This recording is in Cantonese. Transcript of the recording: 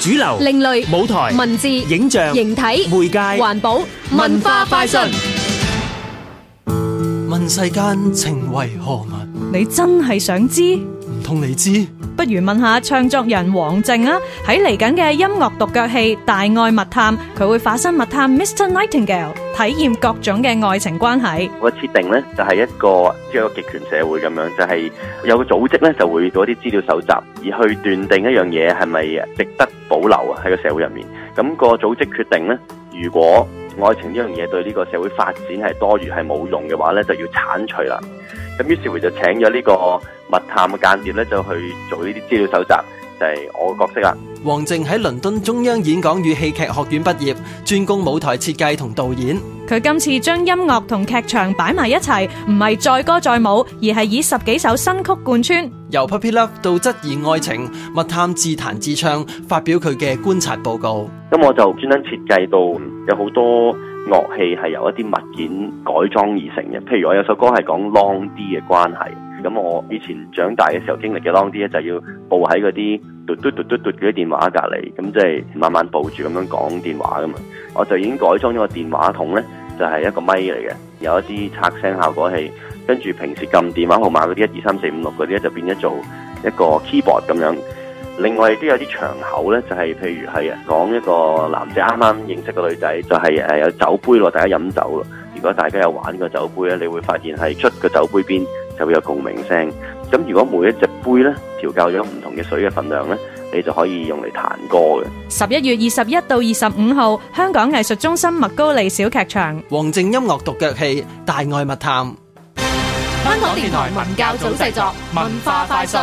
主流、另類舞台、文字、影像、形體、媒介、環保、文化快訊。問世間情為何物？你真係想知？唔通你知？不如問下唱作人王靖啊！喺嚟緊嘅音樂獨腳戲《大愛密探》，佢會化身密探 Mr Nightingale，體驗各種嘅愛情關係。呃個設定咧就係一個即係一個極權社會咁樣，就係有個組織咧就會做一啲資料搜集，而去斷定一樣嘢係咪值得保留啊喺個社會入面。咁個組織決定咧，如果愛情呢樣嘢對呢個社會發展係多餘係冇用嘅話咧，就要剷除啦。咁於是乎就請咗呢個呃密探嘅間諜咧，就去做呢啲資料搜集，就係我嘅角色啊啦。王靖喺倫敦中央演講與戲劇學院畢業，專攻舞台設計同導演。佢今次將音樂同劇場擺埋一齊，唔係載歌載舞，而係以十幾首新曲貫穿。由 Puppy Love 到質疑愛情，密探自彈自唱，發表佢嘅觀察報告。咁我就專登設計到有好多樂器係由一啲物件改裝而成嘅，譬如我有首歌係講 long D 嘅關係，咁我以前長大嘅時候經歷嘅 long D 咧就要步喺嗰啲嘟嘟嘟嘟嘟嗰啲電話隔離，咁即係慢慢步住咁樣講電話噶嘛，我就已經改裝咗個電話筒咧，就係、是、一個咪嚟嘅，有一啲拆聲效果器，跟住平時撳電話號碼嗰啲一二三四五六嗰啲咧就變咗做一個 keyboard 咁樣。另外亦都有啲場口咧，就係、是、譬如係講一個男仔啱啱認識個女仔，就係、是、誒有酒杯咯，大家飲酒咯。如果大家有玩過酒杯咧，你會發現係出個酒杯邊就會有共鳴聲。咁如果每一隻杯咧調校咗唔同嘅水嘅份量咧，你就可以用嚟彈歌嘅。十一月二十一到二十五號，香港藝術中心麥高利小劇場。王靖音樂獨腳戲《大愛密探》。香港電台文教組製作，文化快訊。